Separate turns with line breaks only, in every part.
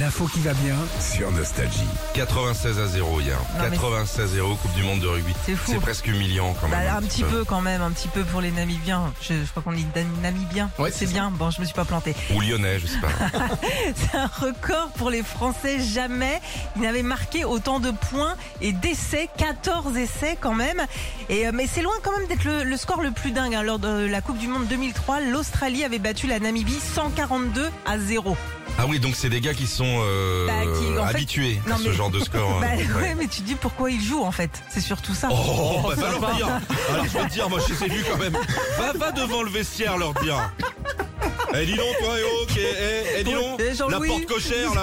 l'info qui va bien.
sur Nostalgie.
96 à 0 hier.
Non, mais-
96 à 0, Coupe du Monde de rugby.
C'est fou.
presque humiliant quand même.
Bah, un petit peu quand même, un petit peu pour les Namibiens. Je, je crois qu'on dit Dan- Namibiens.
Ouais, c'est
c'est
ça.
bien. Bon, je me suis pas plantée.
Ou lyonnais, je sais pas.
C'est un record pour les Français. Jamais ils n'avaient marqué autant de points et d'essais, 14 essais quand même. Et euh, mais c'est loin quand même d'être le, le score le plus dingue. hein. Lors de la Coupe du Monde 2003, l'Australie avait battu la Namibie 142 à 0.
Ah oui, donc c'est des gars qui sont euh,
Bah, qui, en fait-
habitués
Non,
à ce
mais-
genre de score.
Bah,
euh,
ouais.
ouais.
mais tu te dis pourquoi ils jouent en fait C'est surtout ça.
Oh, bah, va leur dire. Alors je vais te dire, moi je les ai vus quand même. Va, va devant le vestiaire leur dire. Eh dis donc toi, eh, oh, ok, eh, eh, dis donc,
Eh,
la
Jean-Louis.
porte cochère là.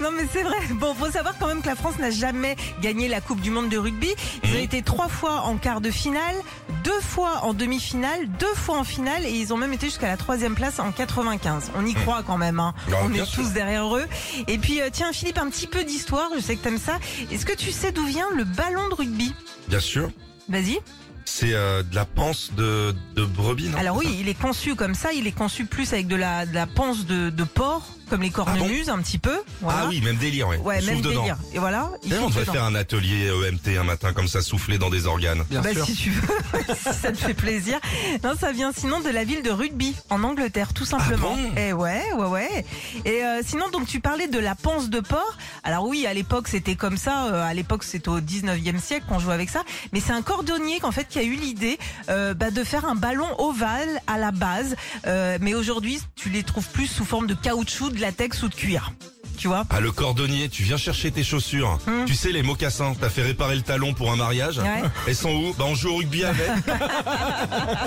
Non mais c'est vrai. Bon, faut savoir quand même que la France n'a jamais gagné la Coupe du Monde de rugby. Ils ont
Mhm.
été trois fois en quart de finale, deux fois en demi-finale, deux fois en finale et ils ont même été jusqu'à la troisième place en 95. On y croit quand même. Hein.
Non,
On
Mmh. Ah, bien
est
sûr.
tous derrière eux. Et puis euh, tiens Philippe, un petit peu d'histoire. Je sais que t'aimes ça. Est-ce que tu sais d'où vient le ballon de rugby
Bien sûr,
Vas-y.
c'est euh, de la panse de, de brebis. non
Alors oui, il est conçu comme ça. Il est conçu plus avec de la, de la panse de, de porc, comme les cornemuses un petit peu. Voilà.
Ah oui, même délire, ouais.
Ouais,
On
même
souffle dedans.
délire. Et voilà. ils
D'ailleurs, on
sont
devrait
dedans.
faire un atelier EMT un matin comme ça, souffler dans des organes.
Bien
Bah,
sûr.
si tu veux, si ça te fait plaisir. Non, ça vient sinon de la ville de Rugby, en Angleterre, tout
Ah
simplement.
bon
Eh ouais, ouais, ouais. Et euh, sinon, donc tu parlais de la panse de porc. Alors oui, à l'époque c'était comme ça. euh, à l'époque, c'était au 19e siècle qu'on jouait avec ça. Mais c'est un cordonnier qu'en fait qui a eu l'idée euh, bah, de faire un ballon ovale à la base. Euh, mais aujourd'hui, tu les trouves plus sous forme de caoutchouc, de latex ou de cuir. Tu vois
Ah, le cordonnier, tu viens chercher tes chaussures.
Hmm.
Tu sais, les mocassins, t'as fait réparer le talon pour un mariage.
Ouais.
Elles sont où Bah, on joue au rugby avec.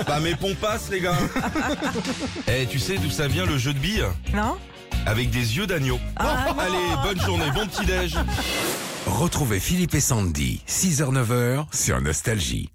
bah, mes pompasses, les gars. Eh, tu sais d'où ça vient le jeu de billes
Non
Avec des yeux d'agneau.
Ah.
Allez, bonne journée, bon petit-déj.
Retrouvez Philippe et Sandy, 6h-9h sur Nostalgie.